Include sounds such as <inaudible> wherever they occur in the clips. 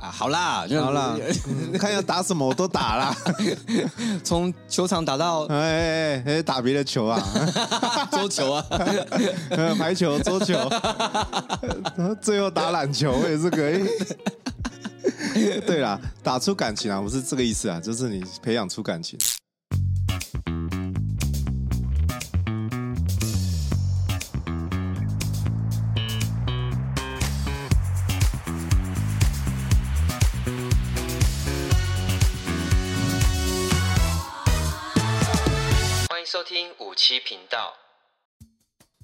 啊好啦，好 <laughs> 啦，看要打什么我都打啦。 <laughs> 从球场打到 <laughs> 哎哎哎哎，打别的球啊， <laughs> 桌球 <laughs> 啊，呃排球、桌球， <laughs> 最后打篮球也是可以。 <laughs> 对啦，打出感情啊，我是这个意思啊，就是你培养出感情。欢迎收听五七频道。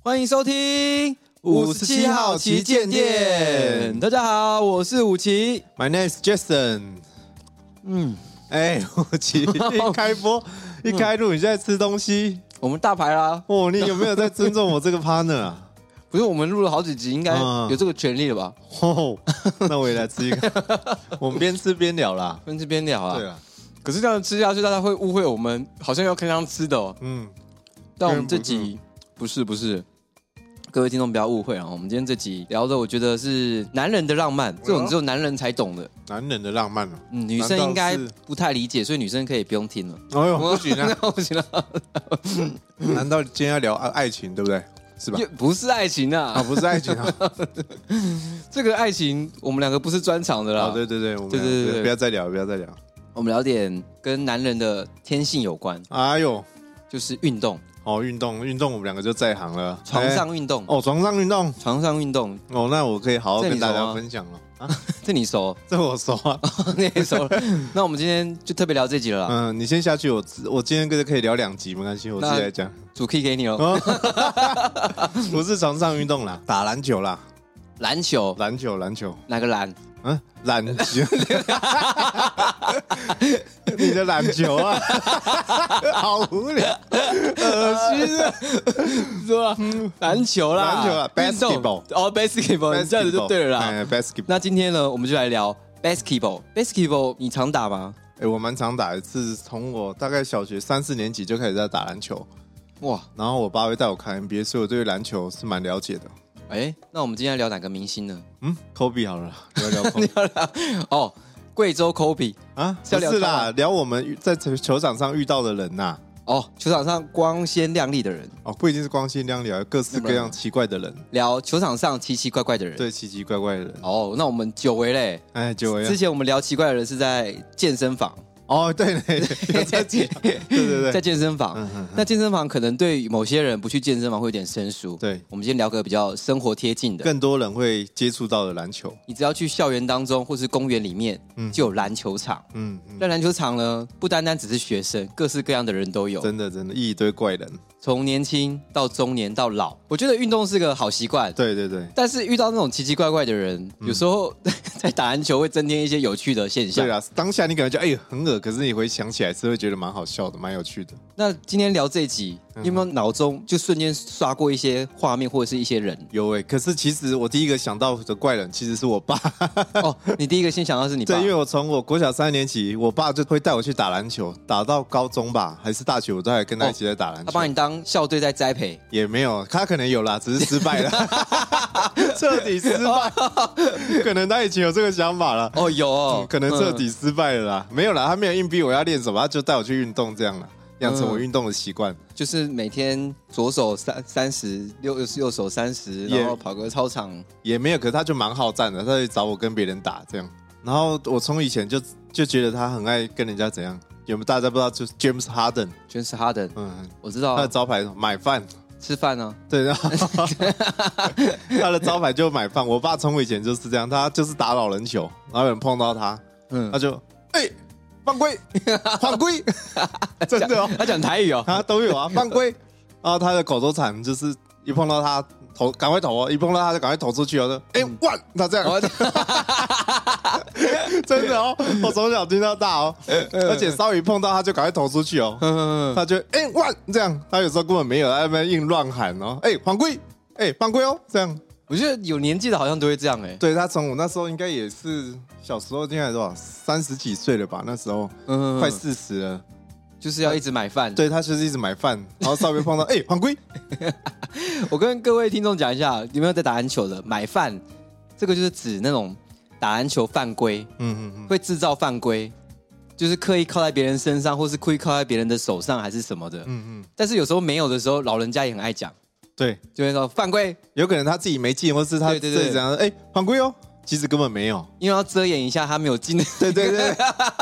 欢迎收听57号旗舰店大家好，我是五奇。 My name is Jason。嗯，哎，我起 <laughs> 一开播一开录，你就在吃东西我们大牌啦，哦？你有没有在尊重我这个 partner 啊？不是我们录了好几集，应该嗯有这个权利了吧？哦， <laughs> 那我也来吃一个， <laughs> 我们边吃边聊啦。分这边聊啊。对啊，可是这样吃下去，大家会误会我们好像要开箱吃的哦。嗯，但我们这集嗯不是不是，各位听众不要误会啊，我们今天这集聊的，我觉得是男人的浪漫，这种只有男人才懂的，男人的浪漫哦。嗯，女生应该难道是不太理解，所以女生可以不用听 <laughs> 了。哎呦，不行啊！不行了，难道今天要聊爱爱情对不对？是 <laughs> 吧也？不是爱情啊，啊，不是爱情啊！这个爱情我们两个不是专长的啊，啦， <laughs> 对对对，我们对对对对不要再聊，不要再聊。我们聊点跟男人的天性有关，哎呦，就是运动，哦，运动运动，我们两个就在行了。床哎上运动，哦，床上运动床上运动，哦，那我可以好好这跟你熟大家吗分享了。啊，这你熟，这 <laughs> 我熟啊。那你熟了， <laughs> 那我们今天就特别聊这集了啦，嗯，你先下去，我自我今天跟可以聊两集，没关系，我自己来讲。主 key 给你哦， <laughs> 哦，不是床上运动啦，打篮球啦，篮球篮球篮球，哪个篮？嗯，篮球，你的篮 <laughs> 球啊，好无聊，恶心啊， <laughs> 是吧？篮球啦，嗯篮球啦运动 basketball 哦，basketball，你这样子就对了啦。哎，basketball，那今天呢，我们就来聊 basketball。basketball 你常打吗？哎，我蛮常打的，是从我大概小学三四年级就开始在打篮球，哇，然后我爸会带我看 NBA，所以我对篮球是蛮了解的。哎，那我们今天要聊哪个明星呢？嗯，Kobe 好了，聊聊 <laughs> Kobe 哦，贵州 Kobe。啊，是 <laughs> 不要聊是他啦，吗聊我们在球场上遇到的人呐。哦，球场上光鲜亮丽的人，哦，不一定是光鲜亮丽啊，各式各样奇怪的人，聊球场上奇奇怪怪的人。，对，奇奇怪怪的人。哦，那我们久违嘞。哎，久违之了。前我们聊奇怪的人是在健身房，哦，对 <laughs> 对 <laughs> 对，在对对在对，健身房。嗯嗯那健身房可能对某些人不去健身房会有点生疏。对我们今天聊个比较生活贴近的。更多人会接触到的篮球。你只要去校园当中或是公园里面，嗯就有篮球场。嗯嗯，那篮球场呢，不单单只是学生，各式各样的人都有，真的真的，一堆怪人。从年轻到中年到老。我觉得运动是个好习惯，对对对，但是遇到那种奇奇怪怪的人，有时候 <laughs> 在打篮球会增添一些有趣的现象对。啊，当下你可能觉得哎呦很恶，可是你回想起来是会觉得蛮好笑的，蛮有趣的。？那今天聊这集，你有没有脑中就瞬间刷过一些画面或者是一些人 <laughs> 有哎，可是其实我第一个想到的怪人其实是 <laughs> 我爸。哦，你第一个先想到是你爸对，因为我从我国小三年级，我爸就会带我去打篮球，打到高中吧，还是大学，我都还跟他一起在打篮球。哦他把你当校队在栽 <laughs> 培。也没有，他可能有啦，只是失败 <laughs> 了， <laughs> 彻底失败。可能他以前有这个想法了，哦，有哦可能彻底失败了啦。没有啦，他没有硬逼我要练什么，他就带我去运动这样啦，养成嗯我运动的习惯。就是每天左手三三十，右右手三十，也然后跑个操场。也没有，可是他就蛮好战的，他就找我跟别人打这样。然后我从以前就就觉得他很爱跟人家怎样，有没有大家不知道？就是 James Harden， James Harden，嗯，我知道他的啊，招牌是买饭。吃饭啊，对，<laughs> 然后他的招牌就买饭。我爸从我以前就是这样，他就是打老人球，然后有人碰到他，嗯他，就哎、犯规，犯规，真的哦，他 <laughs> 讲台 <laughs> 语哦，他都有啊，犯规。然后他的口头禅就是一碰到他投，赶快投哦，一碰到他就赶快投出去哦，就哎万，哇他这样， <laughs> 真的哦， <laughs> 我从小听到大 <laughs> 哦，而且稍微一碰到他就赶快投出去哦，嗯，他就哎、万这样，他有时候根本没有，他在那边硬乱喊哦，哎、犯规，哎、犯规哦，这样。我觉得有年纪的好像都会这样哎，对他从我那时候应该也是小时候，应该多少三十几岁了吧？那时候、嗯，快四十了。就是要一直买饭。，对他就是一直买饭，然后稍微碰 <laughs> 到哎、犯规，我跟各位听众讲一下，有没有在打篮球的买饭？这个就是指那种打篮球犯规，嗯嗯嗯，会制造犯规，就是刻意靠在别人身上，或是故意靠在别人的手上，还是什么的。嗯嗯，但是有时候没有的时候，老人家也很爱讲，对，就会说犯规，有可能他自己没进，或是他对对对这样，哎，犯规哦，其实根本没有，因为要遮掩一下他没有 <laughs> 进的。对对对，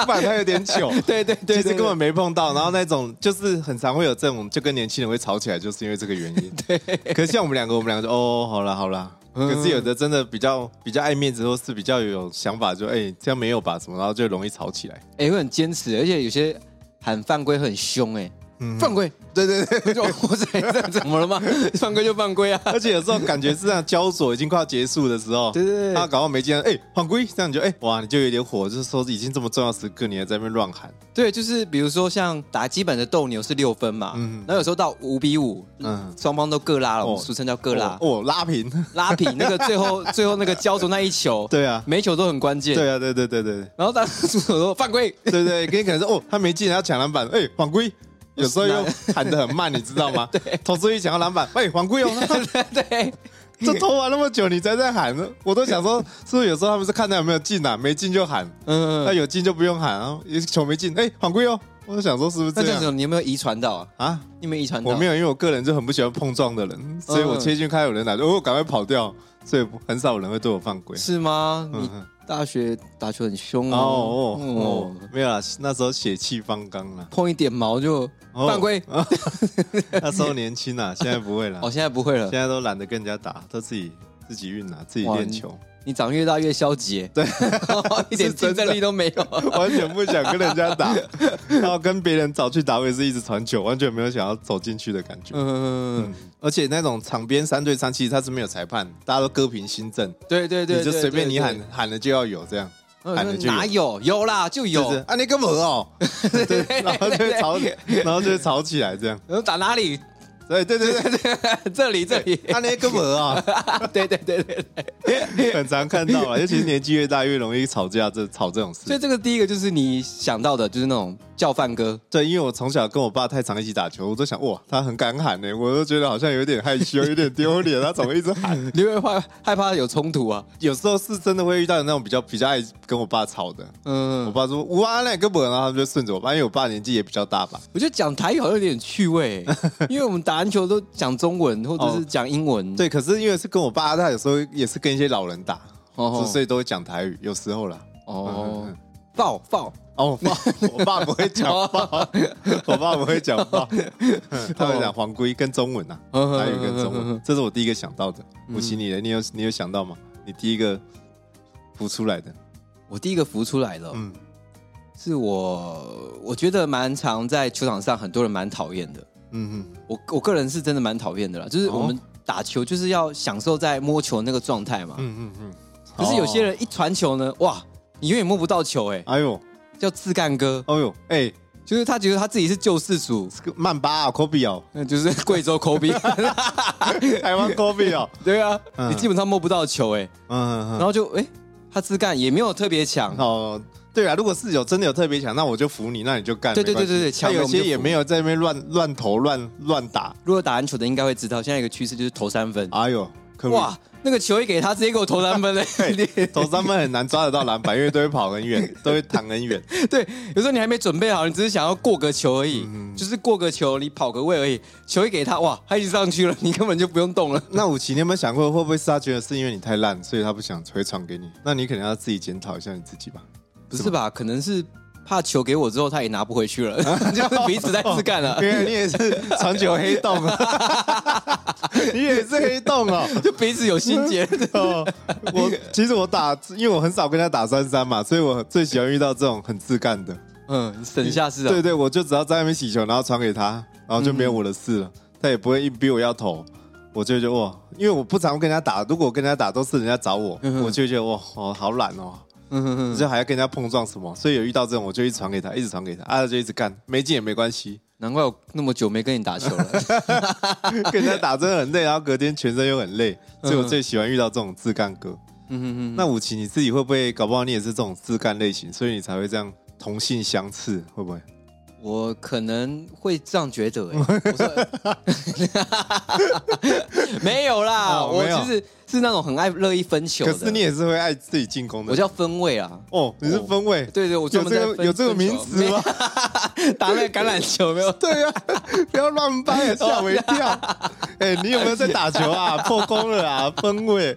不然他有点糗。 <laughs> 对对其对，实根本没碰到，然后那种就是很常会有这种，就跟年轻人会吵起来，就是因为这个原 <laughs> 因。对，可是像我们两个，我们两个就哦，好啦好啦。嗯可是有的真的比较比较爱面子，或是比较有想法，就哎、这样没有吧什么，然后就容易吵 <laughs> 起来。哎、会很坚持，而且有些喊犯规很凶、哎、嗯犯规，对对对，就我这这怎么了吗？犯规就犯规啊，而且有时候感觉是这样，交手已经快要结束的时候，对对对他搞到没见，哎、犯规，这样你就哎、哇，你就有点火，就是说已经这么重要时刻，你还在那边乱喊，对，就是比如说像打基本的斗牛是六分嘛，嗯然后有时候到五比五，嗯双方都各拉了，我们哦俗称叫各拉，哦，哦拉平，拉平那个最 <laughs> 后最后那个焦灼那一球，对啊，每一球都很关键，对啊，对对对对然后当时主手说犯规， <laughs> 对对对，跟你可能说哦，他没进，他抢篮板，哎、犯规。有时候又喊得很慢，你知道 <laughs> 吗？对，投出去抢到篮板，哎、犯规哦！ <laughs> 对，这投完那么久，你才在喊，我都想说，是不是有时候他们是看他有没有进啊？没进就喊，那嗯，有进就不用喊啊。球没进，哎、犯规哦！我就想说，是不是那这这样样子你有没有遗传到啊？啊？你有没有遗传到？我没有，因为我个人就很不喜欢碰撞的人，所以嗯我切进看有人来，哦，赶快跑掉，所以不很少有人会对我犯规。是吗？嗯你嗯大学打球很凶啊哦哦哦哦，，没有啦，那时候血气方刚啦，碰一点毛就哦 <laughs> 犯规。那时候年轻 <laughs> 啊，现在不会啦哦，，现在不会了现。在都懒得跟人家打，都自己自己运啦，自己哇练你球，你长越大越消极，对， <laughs> 一点竞争力都没有。 <laughs> 完全不想跟人家打，然后跟别人找去打，我也是一直传球，完全没有想要走进去的感觉。嗯，而且那种场边三对三，其实他是没有裁判，大家都各凭心证，对对对，你就对随便你喊，对喊了就要有这样。对喊了就有哪有有啦，就有就。是啊，你干嘛 <laughs> 哦？对，然后就会吵，然后就会吵起来这样。然后打哪里？ <laughs> 对对对对，这里这 <laughs> <laughs> 里。啊，你干嘛啊？对对对对对。 <laughs> 很常看到啊了，尤其是年纪越大越容易吵架，这吵这种所以事。这个第一个就是你想到的，就是那种叫饭歌。对，因为我从小跟我爸太常一起打球，我都想哇，他很敢喊呢，欸我都觉得好像有点 <laughs> 害羞，有点丢脸，他怎么一直喊？你会怕害怕有冲突啊？有时候是真的会遇到那种比较比较爱跟我爸吵的。我嗯，爸说哇，那根本，然啊后他们就顺着我爸，因为我爸年纪也比较大吧。我觉得讲台语好像有点趣味， <laughs> 因为我们打篮球都讲中文或者是讲英文。哦对，可是因为是跟我爸，他有时候也是跟一些老人打，哦，所以都会讲台语，有时候啦。嗯嗯哦嗯，爆爆。哦，爸，我爸不会讲爸， <laughs> 我爸不会讲 <laughs> 爸，他会讲黄龟跟中文啊，嗯台语跟中嗯嗯嗯嗯文，这是我第一个想到的。我请你的，你有你有想到吗？你第一个浮出来的，我第一个浮出来了，嗯，是我我觉得蛮常在球场上很多人蛮讨厌的，嗯嗯，我我个人是真的蛮讨厌的啦，就是哦我们打球就是要享受在摸球那个状态嘛，嗯嗯嗯，可是有些人一传球呢，哇，你永远摸不到球哎、哦，哎呦，叫自干哥，哎呦，哎，就是他觉得他自己是救世主，这个曼巴啊，科比哦，那就是贵州抠鼻， <laughs> 台湾科比 <laughs> 哦，对啊，嗯你基本上摸不到球哎、嗯嗯然嗯，后就哎、他自干也没有特别强，哦。对啊，如果是有真的有特别强，那我就服你，那你就干。对对对对对他强的哎有我们就些也服没有在那边乱乱投乱乱打。如果打篮球的应该会知道，现在有一个趋势就是投三分，哎呦，科比哇，那个球一给他直接给我投三分欸嘞、 <laughs> 对，投三分很难抓得到篮板，因为都会跑很远， <laughs> 都会躺很远。 <laughs> 对，有时候你还没准备好，你只是想要过个球而已，嗯就是过个球，你跑个位而已。球一给他，哇，他已经上去了，你根本就不用动 <laughs> 了。那武奇，你有没有想过，会不会是他觉得是因为你太烂，所以他不想回传给你？那你可能要自己检讨一下你自己吧。不是吧？可能是怕球给我之后，他也拿不回去 <laughs> 了， <laughs> 就是彼此在自干啊了因，为你也是传球黑洞，啊 <laughs> 你也是黑洞哦。就彼此有心 <laughs> 结。哦，我其实我打，因为我很少跟他打三三嘛，所以我最喜欢遇到这种很自干的。嗯，省下是啊，对对，我就只要在那边洗球，然后传给他，然后就没有我的事了。他也不会硬逼我要投，我就会觉得哇，因为我不常跟人家打，如果我跟人家打都是人家找我，嗯哼我就会觉得哇，哦、好懒哦，嗯哼哼，就还要跟人家碰撞什么，所以有遇到这种我就一直传给他，一直传给他，啊，他就一直干，没进也没关系，难怪我那么久没跟你打球 <laughs> 了。跟人家打真的很累，然后隔天全身又很累，所以我最喜欢遇到这种自干哥。嗯哼哼，那武奇你自己会不会搞不好你也是这种自干类型，所以你才会这样同性相斥，会不会？我可能会这样觉 <laughs> 得、欸，我说 <laughs> 没有啦，哦我没有其实是那种很爱乐意分球的。可是你也是会爱自己进攻的。我叫分位啊，哦，你是分位，对对，我有专门在这个分有这个分球名词吗？ <laughs> 没打 <laughs> 那个橄榄球没有？哦对呀、不要乱掰，吓我一跳。哎、你有没有在打 <laughs> 球啊？破功了啊，分位。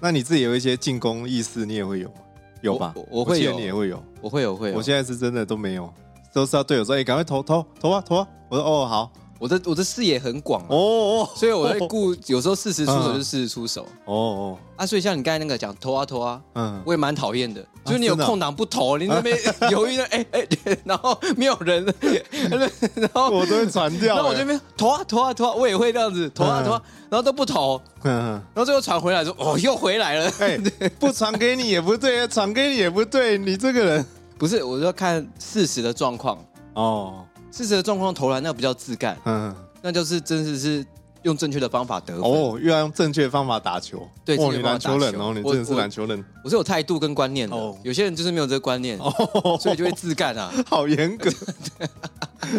那你自己有一些进攻意识，你也会有吗？有吧？我我我会记得有你也会有。我会有会有，我我现在是真的都没有，都是要队友说：“哎、赶快投投投啊投啊！”我说：“哦，好，我的我的视野很广、啊，哦哦。”所以我在顾有时候适时出手嗯就适时出手哦哦，啊。所以像你刚才那个讲投啊投啊，嗯，我也蛮讨厌啊的，就是你有真的哦空档不投，你那 <laughs> 边犹豫那哎哎， <laughs> 然后没有人， <laughs> 然后我都会传掉、 <laughs> 哎然后我这边投啊投啊投啊，我也会这样子投啊嗯投啊，然后都不投，嗯，嗯然后最后传回来说哦又回来了。 <laughs> <laughs> 哎、不传给你也不对，传给你也不对，你这个人不是，我说看事实的状况，哦，事实的状况投篮那不叫自干，嗯。那就是真的是用正确的方法得分。哦，又要用正确的方法打球。对哦，正确你的方篮法球打人球哦，你我真的是我篮球人，我是有态度跟观念的，哦有些人就是没有这个观念， <laughs> 所以就会自干啊。好严格。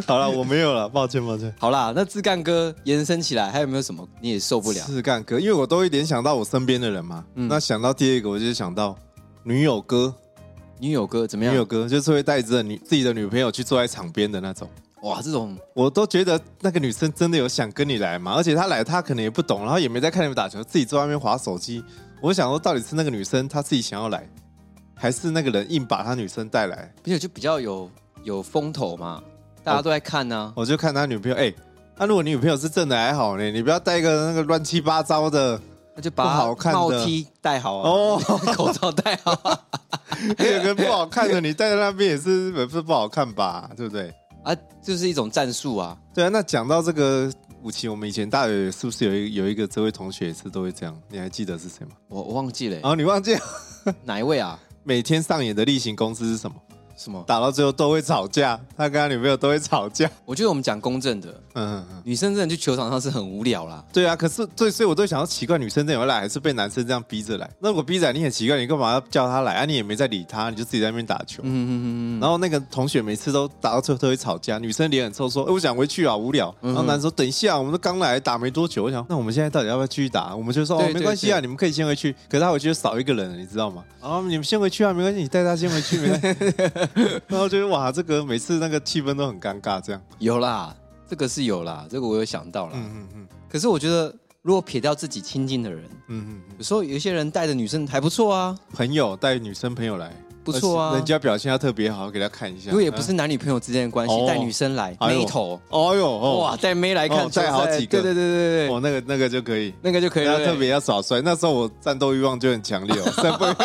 好了，我没有了，抱歉抱歉。 <laughs> 好啦，那自干哥延伸起来还有没有什么你也受不了？是干哥，因为我都会联想到我身边的人嘛。嗯那想到第二个，我就想到女友哥， <laughs> 女友哥怎么女样友？哥就是会带着女自己的女朋友去坐在场边的那种。哇，这种我都觉得那个女生真的有想跟你来嘛，而且她来她可能也不懂，然后也没在看你们打球，自己坐在那边划手机。我想说，到底是那个女生她自己想要来，还是那个人硬把她女生带来？而且就比较有有风头嘛，大家都在看啊呢、我就看他女朋友，哎、那、如果你女朋友是正的还好呢，你不要带一个那个乱七八糟的，那就不把好看的帽 T 戴好啊，哦 <laughs> 口罩戴好啊 <laughs> 哎有个不好看的，你带在那边也是不是不好看吧，对不对？啊，就是一种战术啊。对啊，那讲到这个武器，我们以前大学是不是有一有一个这位同学也是都会这样？你还记得是谁吗？我我忘记了、欸然后你忘记哪一位啊？每天上演的例行公司是什么？什么？打到最后都会吵架，他跟他女朋友都会吵架。我觉得我们讲公正的，嗯嗯嗯，女生真的去球场上是很无聊啦。对啊，可是对，所以我都想要奇怪，女生怎么来，还是被男生这样逼着来？那我逼着来，你很奇怪，你干嘛要叫她来啊？你也没在理她，你就自己在那边打嗯球。嗯嗯嗯，然后那个同学每次都打到最后都会吵架，女生脸很臭说：“哎、我想回去啊，无聊。嗯然后男生说：“等一下，我们都刚来打没多久。”我想，那我们现在到底要不要继续打？我们就说：“对哦，对没关系啊，对你们可以先回去。”可是他回去就少一个人了，你知道吗？然后你们先回去啊，没关系，你带他先回去。没关 <laughs> 系然后就是哇，这个每次那个气氛都很尴尬，这样。有啦，这个是有啦，这个我有想到啦。嗯嗯嗯可是我觉得，如果撇掉自己亲近的人，嗯嗯嗯，有时候有些人带的女生还不错啊，朋友带女生朋友来，不错啊而且人家表现要特别好，给他看一下。如果也不是男女朋友之间的关啊哦系，带女生来哎呦妹头，嗯，哦呦哦，哇，带妹来看哦球赛，带好几个对对对对对，哦，那个那个就可以。那个就可以要了。特别要耍帅，那时候我战斗欲望就很强烈哦，三 <laughs> 分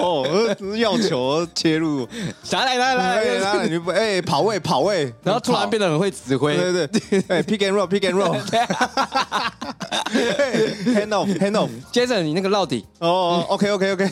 哦， <laughs> 呃要球切入，来来来哎，来来，然后你不哎跑位跑位，然后突然变得很会指挥，对对对，哎 pick and roll pick and roll <laughs> 哎 hand off hand off， Jason，你那个落底，哦 OK OK OK，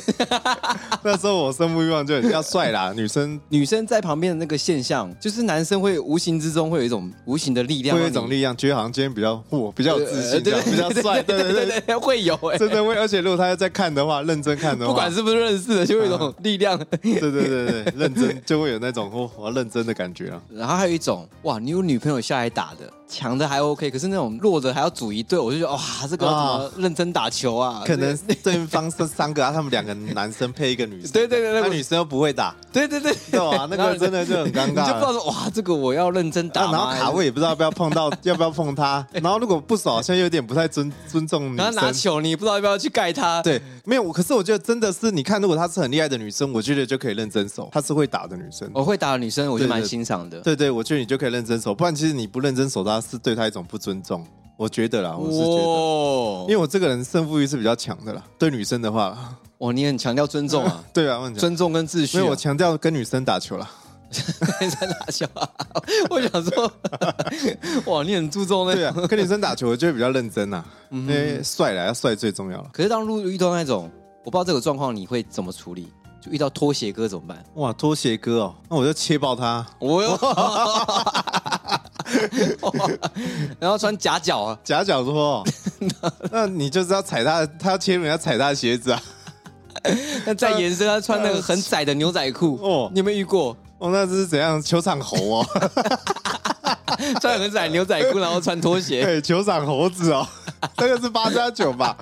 那时候我生物欲望就很要帅啦，女生女生在旁边的那个现象，就是男生会无形之中会有一种无形的力量，会有一种力量，觉得好像今天比较我比较有自信，对这样比较帅，对对对。 <laughs> 对对，会有哎，真的会，而且如果他在看的话，认真看的话，不管是不是认识的，就会有一啊种力量。对对对对，认真就会有那种哦，我要认真的感觉啊。然后还有一种，哇，你有女朋友下来打的，强的还 OK，可是那种弱的还要组一队，我就觉得哇，这个要怎么认真打球啊？可能对方是三个啊，他们两个男生配一个女生，对对对对那我女生又不会打，对对对，对 <laughs> 吧？那然后个你就真的就很尴你尬就不知道了。说哇，这个我要认真打啊、然吗，后卡位也不知道要不要碰到，要不要碰他。然后如果不熟，好像有点不太尊尊重女然后拿生。球，你不知道要不要去盖他。对，没有。可是我觉得真的是，你看，如果她是很厉害的女生，我觉得就可以认真守，她是会打的女生。我会打的女生，我就对对蛮对欣赏的。对对，我觉得你就可以认真守，不然其实你不认真守她，是对她一种不尊重。我觉得啦，我是觉得，因为哇，我这个人胜负欲是比较强的啦，对女生的话 <laughs> 啦，哇，你很强调尊重啊，对啊，我很强尊重跟秩序所以啊。我强调跟女生打球 <laughs> 啦。天 <laughs> 在大笑啊，我想说， <laughs> 哇，你很注重那对啊种。，跟女生打球我就会比较认真啦，因为帅啦，要帅最重要了。可是当如遇到那种，我不知道这个状况你会怎么处理，就遇到拖鞋哥怎么办？哇，拖鞋哥哦，那我就切爆他。我 <laughs> 有， <laughs> 然后穿夹脚啊， <laughs> 夹脚拖哦，那你就知道踩他，他要切人家踩他的鞋子啊。那再延伸，他穿那个很窄的牛仔裤，哦哦，你有没有遇过？哦，那这是怎样？球场猴哦，穿很窄牛仔裤，然后穿拖鞋，对，哎球场猴子哦，那个是八加九吧？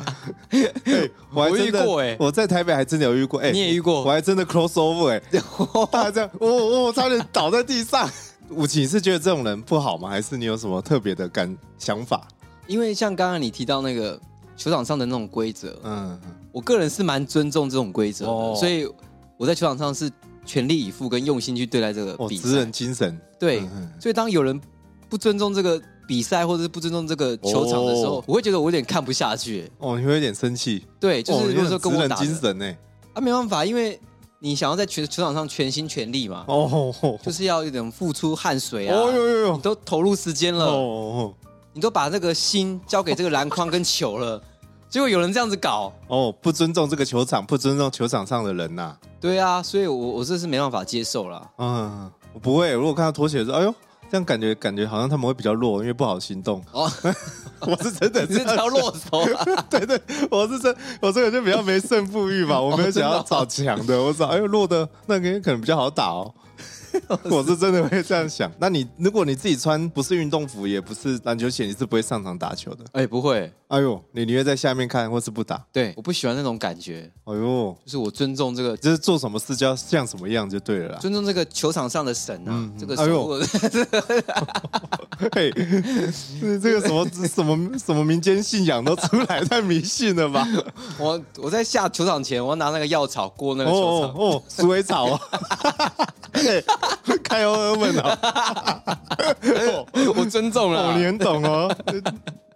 对，我还真的，我遇过欸我在台北还真的有遇过，哎、你也遇过哦我还真的 cross over 哎、他还这样，我、我、我差点倒在地上。武奇，你是觉得这种人不好吗？还是你有什么特别的感想法？因为像刚刚你提到那个球场上的那种规则，嗯，我个人是蛮尊重这种规则的，哦所以我在球场上是全力以赴跟用心去对待这个哦，比职赛人。精神，对，嗯嗯所以当有人不尊重这个比赛或者是不尊重这个球场的时候，哦我会觉得我有点看不下去。哦，你会有点生气，对，就是如果说哦跟你我很打职人精的神呢，啊，没办法，因为你想要在全球场上全心全力嘛，哦，吼吼就是要有点付出汗水啊，哦呦呦呦你，都投入时间了，哦哦你都把这个心交给这个篮筐跟球了， <laughs> 结果有人这样子搞，哦，不尊重这个球场，不尊重球场上的人呐、对啊，所以我我这是没办法接受啦。嗯，我不会。如果看到拖鞋说，哎呦，这样感觉感觉好像他们会比较弱，因为不好行动。哦， <laughs> 我是 <laughs> 真的你这是样挑落手 <laughs> 啊？对对，我是真，我这个就比较没胜负欲 <laughs> 嘛，我没有想要找强的，我找哎呦弱的，那个可能比较好打哦。 <laughs> 我是真的会这样想。那你如果你自己穿不是运动服，也不是篮球鞋，你是不会上场打球的。哎、不会，哎呦，你宁愿在下面看，或是不打。对，我不喜欢那种感觉，哎呦，就是我尊重这个就是做什么事就要像什么样就对了啦。尊重这个球场上的神啊，嗯这个哎呦守护的 <laughs> 嘿，这这个什么什么什么民间信仰都出来，太迷信了 <laughs> 吧？ <laughs> 我我在下球场前，我要拿那个药草过那哦个球场。哦哦，鼠尾草 <laughs> 啊，嘿开欧尔文啊，哦 <laughs> 我尊重了、哦，你很懂哦，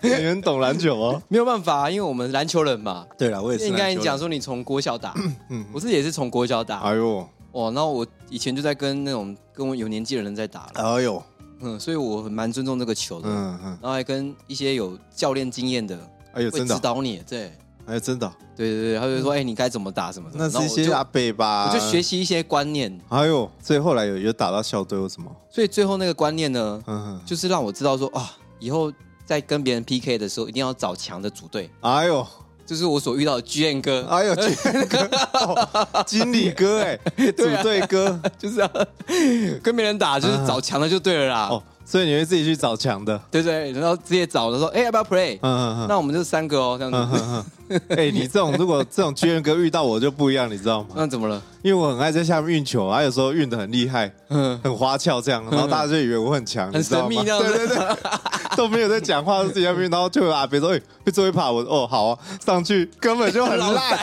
你很懂篮球哦。没有办法、因为我们篮球人嘛。对了，我因为你刚才讲，说你从国小打，嗯我自己也是从国小打。哎呦，哦，那我以前就在跟那种跟我有年纪的人在打了，哎呦，嗯，所以我很蛮尊重这个球的。嗯嗯，然后还跟一些有教练经验的哎呦，会真指的哦，导你，对哎呦，真的哦，对对对，他就说，哎、你该怎么打什么的。那是然一后我些啊就阿北吧？我就学。习一些观念，哎呦，所以后来有有打到校队或什么？所以最后那个观念呢，嗯，嗯就是让我知道说啊，以后在跟别人 PK 的时候，一定要找强的组队。哎呦，这是我所遇到的 G N 哥， <laughs> 哎呦，经理哥，哦经理哥，哎，组啊队哥，就是要 <laughs> 跟别人打，就是啊找强的就对了啦。哦，所以你会自己去找强的。对对，然后直接找的说，哎、要不要 play？、嗯嗯嗯那我们就三个哦，这样嗯子。嗯嗯。 <laughs> 哎、你这种如果这种巨人哥遇到我就不一样，你知道吗？那怎么了？因为我很爱在下面运球，啊，有时候运的很厉害，嗯，很花俏这样，然后大家就以为我很强，很你知道神秘吗这样子 <laughs> 对对对，都没有在讲话，自己在那边，然后就有阿北说：“哎、会做一把我哦，好啊，上去根本就很老烂。”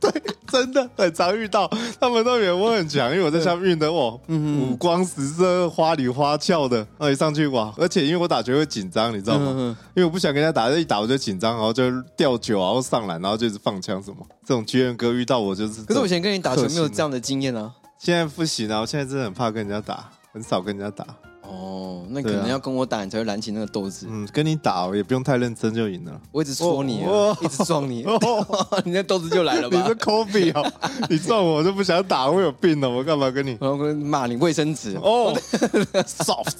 对， <laughs> 真的很常遇到，他们都以为我很强，因为我在下面运的哦，嗯五光十色、花里花俏的，而且上去哇，而且因为我打球会紧张，你知道吗？嗯嗯因为我不想跟人家打，一打我就紧张，然后就掉球，然后上篮，然后就是放枪什么。这种巨人哥遇到我就是，可是我以前跟你打球可惜没有这样的经验啊。现在不行啊，我现在真的很怕跟人家打，很少跟人家打。哦，那可对啊能要跟我打，你才会燃起那个斗志。嗯，跟你打哦也不用太认真就赢 <laughs> 了。我一直戳你啊，哦一直撞你，哦 <laughs> 你那斗志就来了 <laughs> 你吧是？科比哦，你撞我我就不想打，我有病哦，我干嘛跟你？然后跟骂你卫生纸，哦 <laughs> ，soft，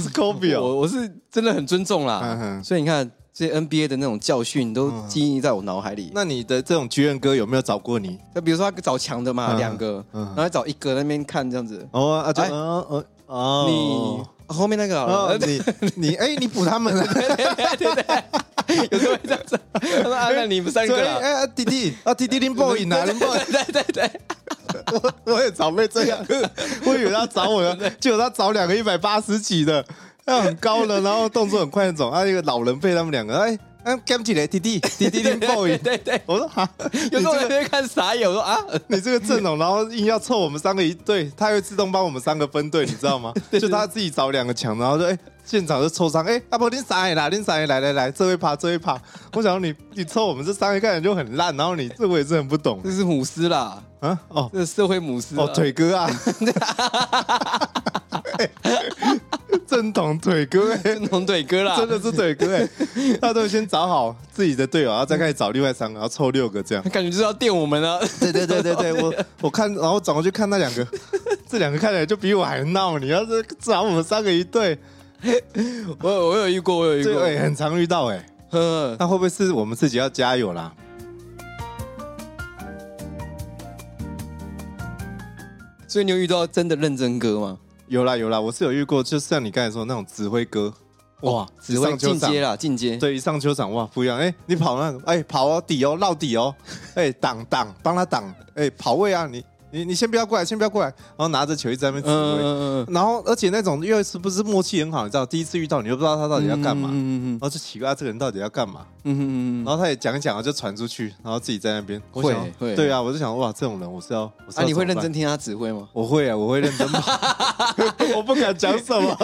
是科比哦，我我是真的很尊重嗯啦，哼所以你看这些 NBA 的那种教训都记忆在我脑海里。那那你的这种巨人哥有没有找过你？那比如说他找强的嘛，嗯两个，嗯然后找一个在那边看这样子，哦啊，就哎哦哦哦你，后面那个好哦了，你 <laughs> 你哎，你补他们了，对对对对， <laughs> 有时候会这样子。他说啊，那你们三所个以啦，哎啊弟弟啊弟弟林博 <laughs> 颖啊林博颖， <laughs> 对对对，我我也常被这样， <laughs> 我以为他找我的，结果他找两个一百八十几的，他很高的，然后动作很快那种，啊，一个老人配他们两个，哎，哎 g a m 起来，弟弟弟弟林 boy，对对对，我说哈，有你时这候我在那个边看傻眼，我说啊，你这个阵容，然后硬要凑我们三个一队，他会自动帮我们三个分队，你知道吗？就他自己找两个强，然后就哎。现场就抽伤，哎、阿伯，你傻眼啦，你傻眼，来来来，这位趴，这位趴。我想你，你抽我们这三个看起来就很烂，然后你这我也是很不懂这是母狮啦，啊。哦，这是社会母狮啦。哦，腿哥啊，正统腿哥、欸，红腿哥啦，真的是腿哥、欸，他都先找好自己的队友，然后再开始找另外三个，然后凑六个这样。感觉就是要电我们啊。 <laughs> 对对对对对，我我看，然后转过去看那两个，这两个看起来就比我还闹。你要是找我们三个一队，我我有遇过，我有遇这过哎嗯个、，欸、很常遇到哎、呵，那会不会是我们自己要加油啦？嗯所以你有遇到真的认真哥吗？有啦有啦，我是有遇过，就像你刚才说的那种指挥哥，哇，只会上就哦进上阶啦，进阶。对，一上球场哇不一样，哎、你跑那个，哎、跑哦底哦绕底哦，哎、挡挡帮他挡，哎、跑位啊你你你先不要过来，先不要过来，然后拿着球一直在那边指挥。嗯，嗯嗯然后，而且那种又是不是默契很好，你知道，第一次遇到你又不知道他到底要干嘛，嗯嗯嗯然后就奇怪、啊、这个人到底要干嘛，嗯嗯嗯嗯嗯。然后他也讲一讲啊，就传出去，然后自己在那边会我想会对啊，我就想哇，这种人我是要，我是啊，要你会怎么认办？真？听他指挥吗 <laughs> 我会啊，我会认真跑， <laughs> 我不敢讲什么。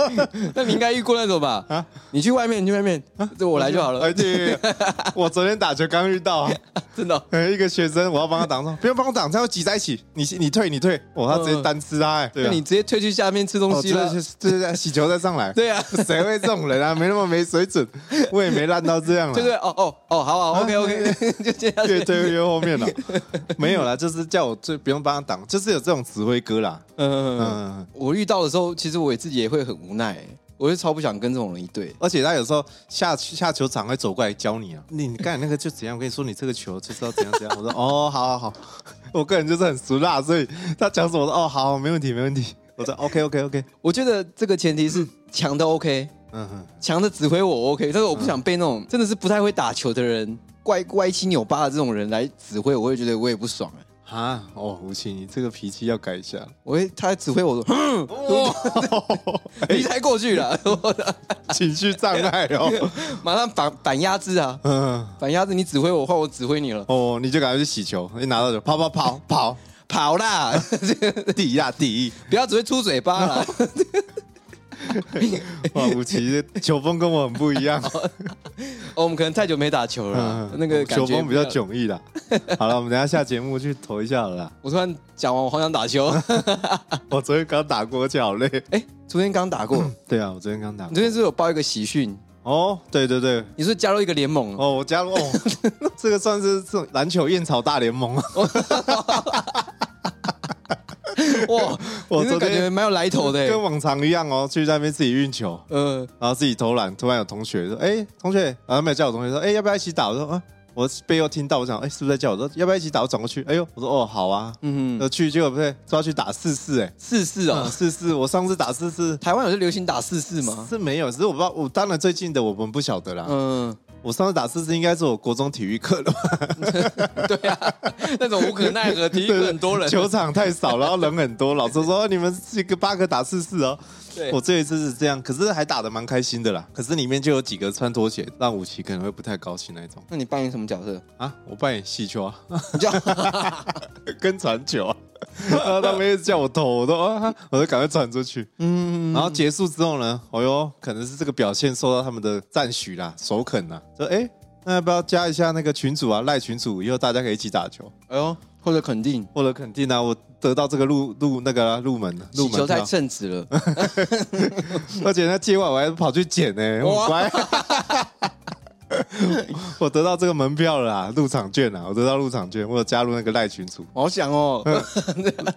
那你应该遇过那种吧？啊你去外面，你去外面，这我来就好了哎，。对，对 <laughs> 对我昨天打球刚遇到啊，真的哦，一个学生，我要帮他 <laughs> 挡，说不用帮我挡，他要挤在一起，你你退你退，哇，他直接单吃他，哎，对那啊你直接退去下面吃东哦，西对了。对对对，洗球再上来，对啊，谁会这种人啊？没那么没水准，我也没烂到这样啊 <laughs> 啦对对，哦哦哦，好好，OK OK，就 <laughs> 这样。越推越后面了，没有啦，就是叫我最不用帮他挡，就是有这种指挥哥啦。嗯嗯。嗯，我遇到的时候，其实我也自己也会很无奈，欸我就超不想跟这种人一对。而且他有时候下下球场会走过来教你啊，你你刚才那个就怎样？我跟你说，你这个球就是要怎样怎样。我说哦，好好好，我个人就是很俗辣，所以他讲什么我说哦，好好，没问题没问题。我说 OK OK OK，我觉得这个前提是强的 OK，嗯哼，强的指挥我 OK，但是我不想被那种真的是不太会打球的人、怪歪七扭八的这种人来指挥，我会觉得我也不爽哎、啊哦，吴奇，你这个脾气要改一下。 <laughs> 我会他指挥我说哦，你才过去了， <laughs> 我情绪障碍哦，马上反反压制啊，嗯，反压制你指挥我，换我指挥你了，哦，你就赶快去洗球，一拿到球跑跑跑跑，跑啦， <laughs> 第一啊第一。不要只会出嘴巴啦。 <laughs> 哇，武奇的球风跟我很不一 <laughs> 样，哦，我们可能太久没打球了啊嗯啦，那个感觉球风比较不一样。迥异啦。好了，我们等一下下节目去投一下好了 <laughs> 啦。我突然讲完，我好想打 <laughs> 球。我昨天刚打过，而且好累。哎，昨天刚打过，你对啊，我昨天刚打过昨。天是不是有报一个喜讯，哦，对对对，你说加入一个联盟，哦，我加入 <laughs> 哦，这个算是这种篮球燕草大联 <laughs> 盟啊。哇，你我这昨感觉天蛮有来头的欸。跟往常一样哦，去那边自己运球，呃，然后自己投篮。突然有同学说：“哎，同学！”然后没有叫我同学说：“哎，要不要一起打？”我说：“啊。”我背后听到，我想：“哎，是不是在叫我？”说：“要不要一起打？”我转过去，哎呦，我说：“哦，好啊。”嗯呃，去结果被抓去打四四，哎，四四哦，四四，我上次打四四台湾有是流行打四四 <laughs> 吗？是没有，只是我不知道，我当然最近的我们不晓得啦。嗯，我上次打四次应该是我国中体育课了吧，对啊，那种无可奈何，体育课很多人， <laughs> 球场太少，然后人很多，老师说哦你们这个八个打四次哦。 <laughs> 对我这一次是这样，可是还打得蛮开心的啦。可是里面就有几个穿拖鞋，让武奇可能会不太高兴那一种那你扮演什么角色？ <laughs> 啊。我扮演细球啊，你叫 <laughs> 跟传球啊，然后他们一直叫我投，我都啊，我都赶快传出去。嗯，然后结束之后呢，哦呦，可能是这个表现受到他们的赞许啦、首肯啦，说哎，那要不要加一下那个群主啊，赖群主，以后大家可以一起打球，哎呦，或者肯定，获得肯定啊，我得到这个入入那个啊、入门入洗门球太票，称职了，而且那界外我还跑去捡呢、我哇很乖。 <laughs> 我得到这个门票了啦，入场券啦，我得到入场券，我有加入那个赖群组，我好想 <laughs> 哦，嗯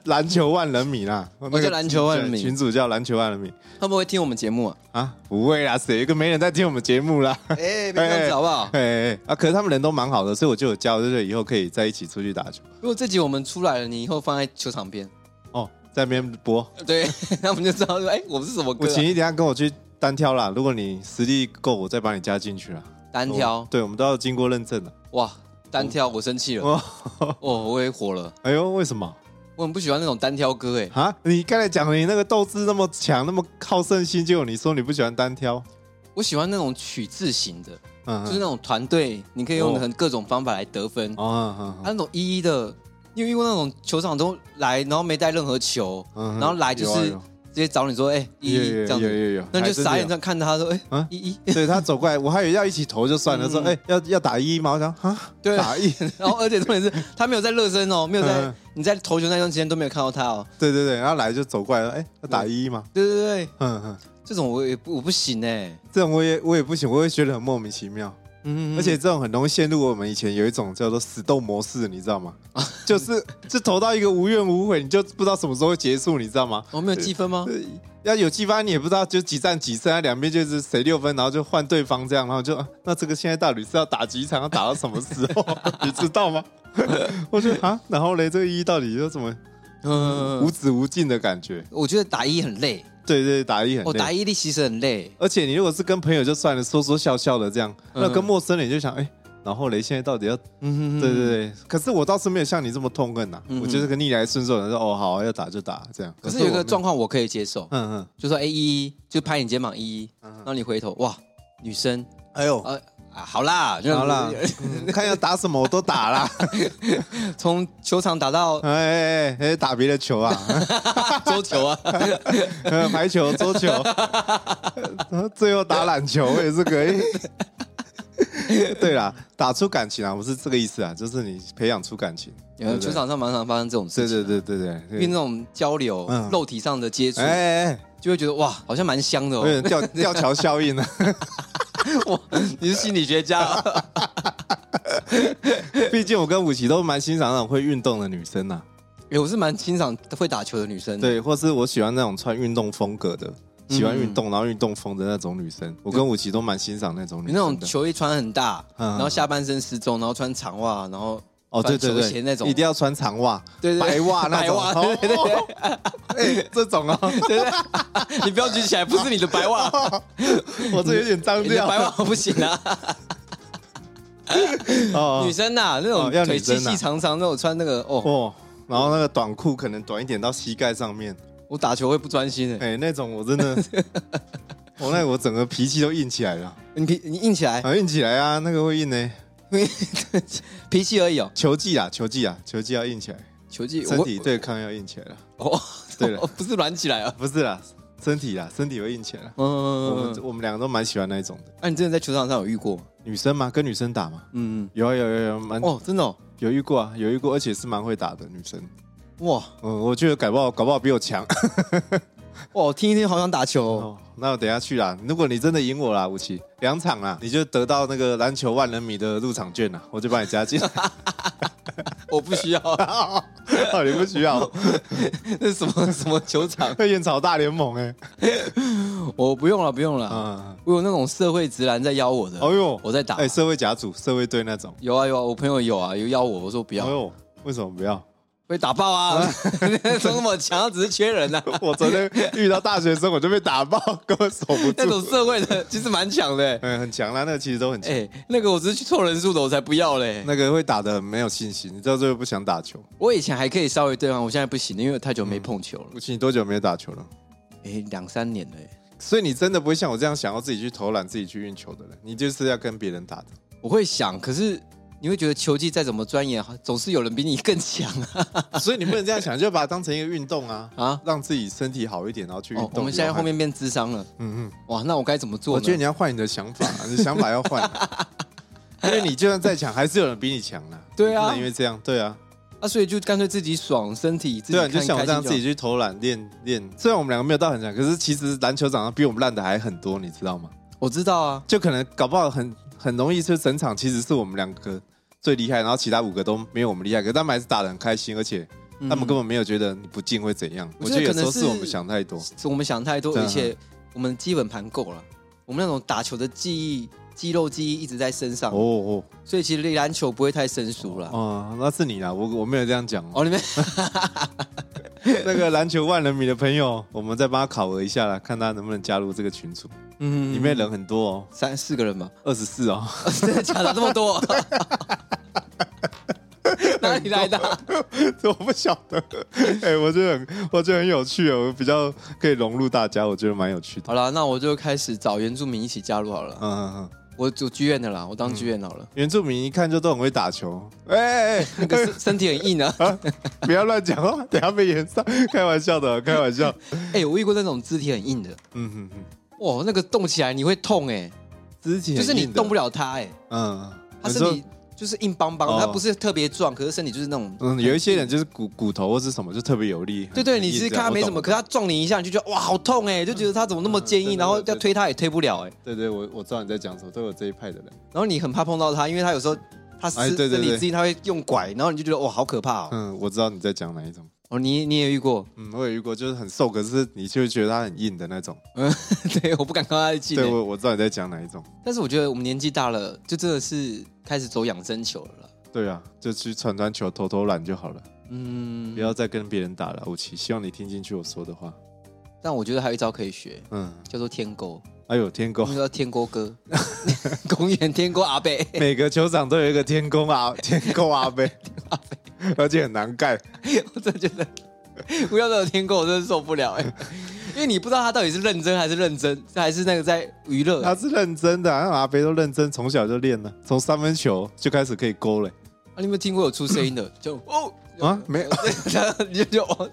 篮球万人迷啦，我叫篮球万人迷群主叫篮球万人迷他们会听我们节目啊？啊，不会啦，谁一个没人在听我们节 <laughs> 目啦？哎，别这样子好不好？哎哎哎啊！可是他们人都蛮好的，所以我就有教，就是以后可以在一起出去打球。如果这集我们出来了，你以后放在球场边，哦，在那边播，对，啊 <laughs> 那我们就知道说，哎，我们是什么歌我啊？请你等一下跟我去单挑啦。如果你实力够，我再把你加进去啦。单我挑，对，我们都要经过认证的。哇，单挑，我生气了，哦，哦，我也火了，哎呦，为什么我很不喜欢那种单挑歌，哎，啊？你刚才讲你那个斗志那么强，那么好胜心，结果你说你不喜欢单挑，我喜欢那种取字型的，嗯，就是那种团队，你可以用很各种方法来得分。哦，嗯啊，那种一一的，你有遇过那种球场中来，然后没带任何球，嗯然后来就有啊是有直接找你说，哎，一一这有样有有子，有有，那你就傻眼还真的这样看着他说，哎啊，一一， <laughs> 有。对他走过来，我还以为要一起投就算了，说嗯哎要要打一吗？我想啊，对打一， <laughs> 然后而且重点是他没有在热身哦，没有在嗯你在投球那段时间都没有看到他哦，对对对，然后来就走过来了，哎要打一吗？对对对，嗯嗯。这种我也不我不行哎，这种我也我也不行，我会觉得很莫名其妙。嗯而且这种很容易陷入我们以前有一种叫做死斗模式，你知 <laughs> 道吗？就是就投到一个无怨无悔，你就不知道什么时候会结束，你知道吗？我、哦、没有积分吗？呃要有积分，你也不知道就几战几胜，啊，两边就是谁六分，然后就换对方这样，然后就啊那这个现在到底是要打几场，要打到什么时候， <laughs> 你知道吗？我说啊，然后嘞，这个一到底有什么嗯无，止无尽的感觉？我觉得打一很累，对对，打一很累。哦，打一力其实很累，而且你如果是跟朋友就算了，说说笑笑的这样，嗯那跟陌生人你就想，哎、然后嘞，现在到底要？嗯，对对。对。可是我倒是没有像你这么痛恨呐、嗯我就是个逆来顺受的人，说哦好啊，要打就打这样。可是有一我没个状，况我可以接受，嗯嗯就说哎一一，就拍你肩膀一一，嗯然后你回头哇，女生哎呦，呃啊，好啦，就好啦，嗯看要打什么我都打啦， <laughs> 从球场打到 <laughs> 哎哎哎哎，打别的球啊，桌球啊，呃 <laughs> 排球、 <laughs> 桌球， <laughs> 呃最后打篮球也是可以。 <laughs> 对啦，打出感情啊，不是这个意思啊，就是你培养出感情。对呃不对球场上蛮常发生这种事对情，啊对对对对对，因为那种交流嗯、肉体上的接触哎，哎哎，就会觉得哇，好像蛮香的有点哦。吊吊桥效应啊， <laughs> <laughs> 哇，你是心理学家啊，毕竟我跟武奇都蛮欣赏那种会运动的女生呐、哎我是蛮欣赏会打球的女生的。对，或是我喜欢那种穿运动风格的，喜欢嗯运动然后运动风的那种女生，我跟武奇都蛮欣赏那种女你生那的。种球衣穿很大，嗯然后下半身失踪，然后穿长袜，然后哦，对对穿球鞋对，那种，一定要穿长袜，对对白袜那白种，袜，哦对对对， <laughs> 哎这种哦，对对， <laughs> 你不要举起来，不是你的白 <laughs> 袜，我哦这有点脏你的掉白袜不行啊。哦女生呐，那种哦要腿女细生啊细长长那种穿那个，哦，哦，然后那个短裤可能短一点到膝盖上 <laughs> 面，我打球会不专心的。哎，那种我真的，我那我整个脾气都硬起来 <laughs> 了，你脾你硬起来，啊硬起来啊，那个会硬呢，脾气而已哦。球技啊，球技啊，球技要硬起来，球技身体对抗要硬起来了，哦，<laughs> 对了哦不是软起来啊。不是啦，身体啦，身体会硬起来了。我嗯，哎们我们两个都蛮喜欢那一种的，那你真的在球场上有遇过吗？女生吗？跟女生打吗？嗯，有啊有啊有啊有啊蛮哦，真的哦，有遇过啊，有遇过，而且是蛮会打的女生。哇嗯，我觉得搞不好搞不好比我强。哇，我听一听好想打球哦。哦，那我等一下去啦。如果你真的赢我啦，武奇两场啦，你就得到那个篮球万人迷的入场券啦，啊我就把你加 <laughs> 进来。我不 <laughs> 需要，哦，你不需要，那是什么什么球 <laughs> 场，会烟草大联盟哎、我不用了，不用了。啊、我有那种社会直男在邀我的，哦呦我在打哎、。社会甲组、社会队那种。有啊有啊，我朋友有啊，有邀我，我说不哎要，呦，为什么不要？被打爆啊， <laughs> 怎么那么强，啊只是缺人 <laughs> 呐。我昨天遇到大学生，我就被打爆， <laughs> 根本守不那种住。社会的其实蛮强 <laughs> 的欸，嗯，很强啦，那个其实都很强。哎，那个我只是去凑人数的，我才不要嘞。那个会打的没有信心，你到最后不想打球。我以前还可以稍微对抗，我现在不行了，因为我太久没碰球了，武奇，你多久没有打球了？哎，两三年了欸。所以你真的不会像我这样想要自己去投篮、自己去运球的人，你就是要跟别人打的。 <laughs> 我会想，可是你会觉得球技再怎么钻研，总是有人比你更强 <laughs> 啊。所以你不能这样想，就把它当成一个运动啊，啊让自己身体好一点，然后去运哦动。，我们现在后，面变智商了，嗯嗯，哇，那我该怎么做呢？我觉得你要换你的想法，你的想法要换， <laughs> 因为你就算再强，还是有人比你强啦。对啊你不能因为这样，对啊，啊，所以就干脆自己爽，身体自己对啊，看你就像我这样开自己心就好去投篮练练。虽然我们两个没有到很强，可是其实篮球场上比我们烂的还很多，你知道吗？我知道啊，就可能搞不好很很容易，就整场其实是我们两个最厉害，然后其他五个都没有我们厉害，可是他们还是打得很开心，而且他们根本没有觉得你不进会怎样。嗯我我觉觉得得有时可能候是我是们想太多。是我们想太多，对啊而且我们基本盘够了，我们那种打球的记忆、肌肉记忆一直在身上，哦哦所以其实篮球不会太生疏了。哦，那是你啦，我我没有这样讲。 <laughs> 哦，你们那个篮球万人迷的朋友，我们再帮他考核一下啦，看他能不能加入这个群组。嗯里面人很多哦，三四个人吧，二十四哦， <laughs> 真的假的这么多？ <laughs> 哪里 <laughs> 来的啊？这我不晓得。哎、我觉得很，我觉得很有趣哦，我比较可以融入大家，我觉得蛮有趣的。好了，那我就开始找原住民一起加入好了。嗯嗯嗯。我组剧院的啦，我当剧院好了。原住民一看就都很会打球，哎哎 <laughs> 哎，那个身身体很硬 <laughs> 啊！不要乱讲 <laughs> 话，等下被延上。开玩笑的，开玩笑。哎、我遇过那种肢体很硬的，嗯哼哼，哇，那个动起来你会痛哎、之前就是你动不了，了它哎、嗯，它你是说你就是硬邦邦，哦他不是特别壮，可是身体就是那种，嗯，有一些人就是骨骨头或是什么就特别有力。对对，你是看他没什么，可可他撞你一下，你就觉得哇好痛哎，就觉得他怎么那么坚嗯硬，真的然后真的要推他也推不了哎，对对，我我知道你在讲什么，都有这一派的人。然后你很怕碰到他，因为他有时候他哎身对对身体对之硬，他会用拐，然后你就觉哎得哇好可怕哦。嗯，我知道你在讲哪一种。哦，你你也遇 <laughs> 过？嗯，我也遇过，就是很瘦，可是你就会觉得他很硬的那种。对，我不敢跟他一起。对，我我知道你在讲哪一种。但是我觉得我们年纪大了，就真的是开始走养生球了啦。对啊，就去传传球、投投篮就好了，嗯不，要再跟别人打了。武奇，希望你听进去我说的话。但我觉得还有一招可以学，嗯，叫做天钩，哎呦，天我狗们，叫天钩哥， <laughs> 公园天钩阿贝， <laughs> 每个球场都有一个天宫啊，天宫阿 <laughs> 贝，而且很难盖。 <laughs> 我真的觉得不要这种天钩，我真的受不了哎、 <laughs> 因为你不知道他到底是认真还是认真，还是那个在娱乐、他是认真的、啊，那阿贝都认真，从小就练了，从三分球就开始可以勾了、 <laughs> 啊你有没有听过有出声音的？就哦啊没有然后你 <laughs> 就就哦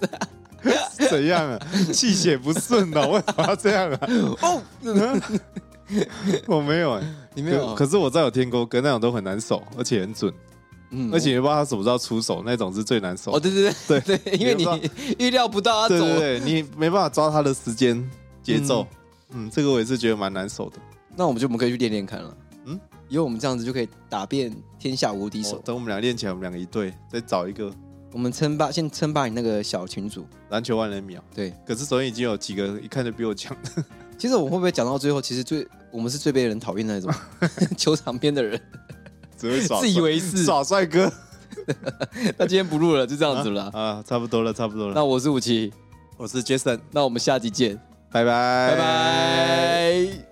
怎样啊？气血不顺啊？ <laughs> 为什么要这样啊？哦，我没有、欸，你没有可啊可是我知道有天勾跟那种都很难守，而且很准，嗯而且你不知道他什么时候出手，那种是最难守。哦对对对对对，因为你也不你预料不到他对走对对，你没办法抓他的时间节奏。嗯这个我也是觉得蛮难守的。那我们就我们可以去练练看了。嗯嗯，以后我们这样子就可以打遍天下无敌手。哦等我们俩练起来，我们两个一队，再找一个我们称霸，先称霸你那个小群组。篮球万人秒。对，可是首先已经有几个一看就比我强，其实我们会不会讲到最后，其实最我们是最被人讨厌的那种 <laughs> 球场边的人，只会耍帅自以为是。耍帅哥。 <laughs> 那今天不录了，就这样子了。 <laughs> 啊，差不多了，差不多了。那我是武奇，我是 Jason，那我们下集见，拜拜，拜。拜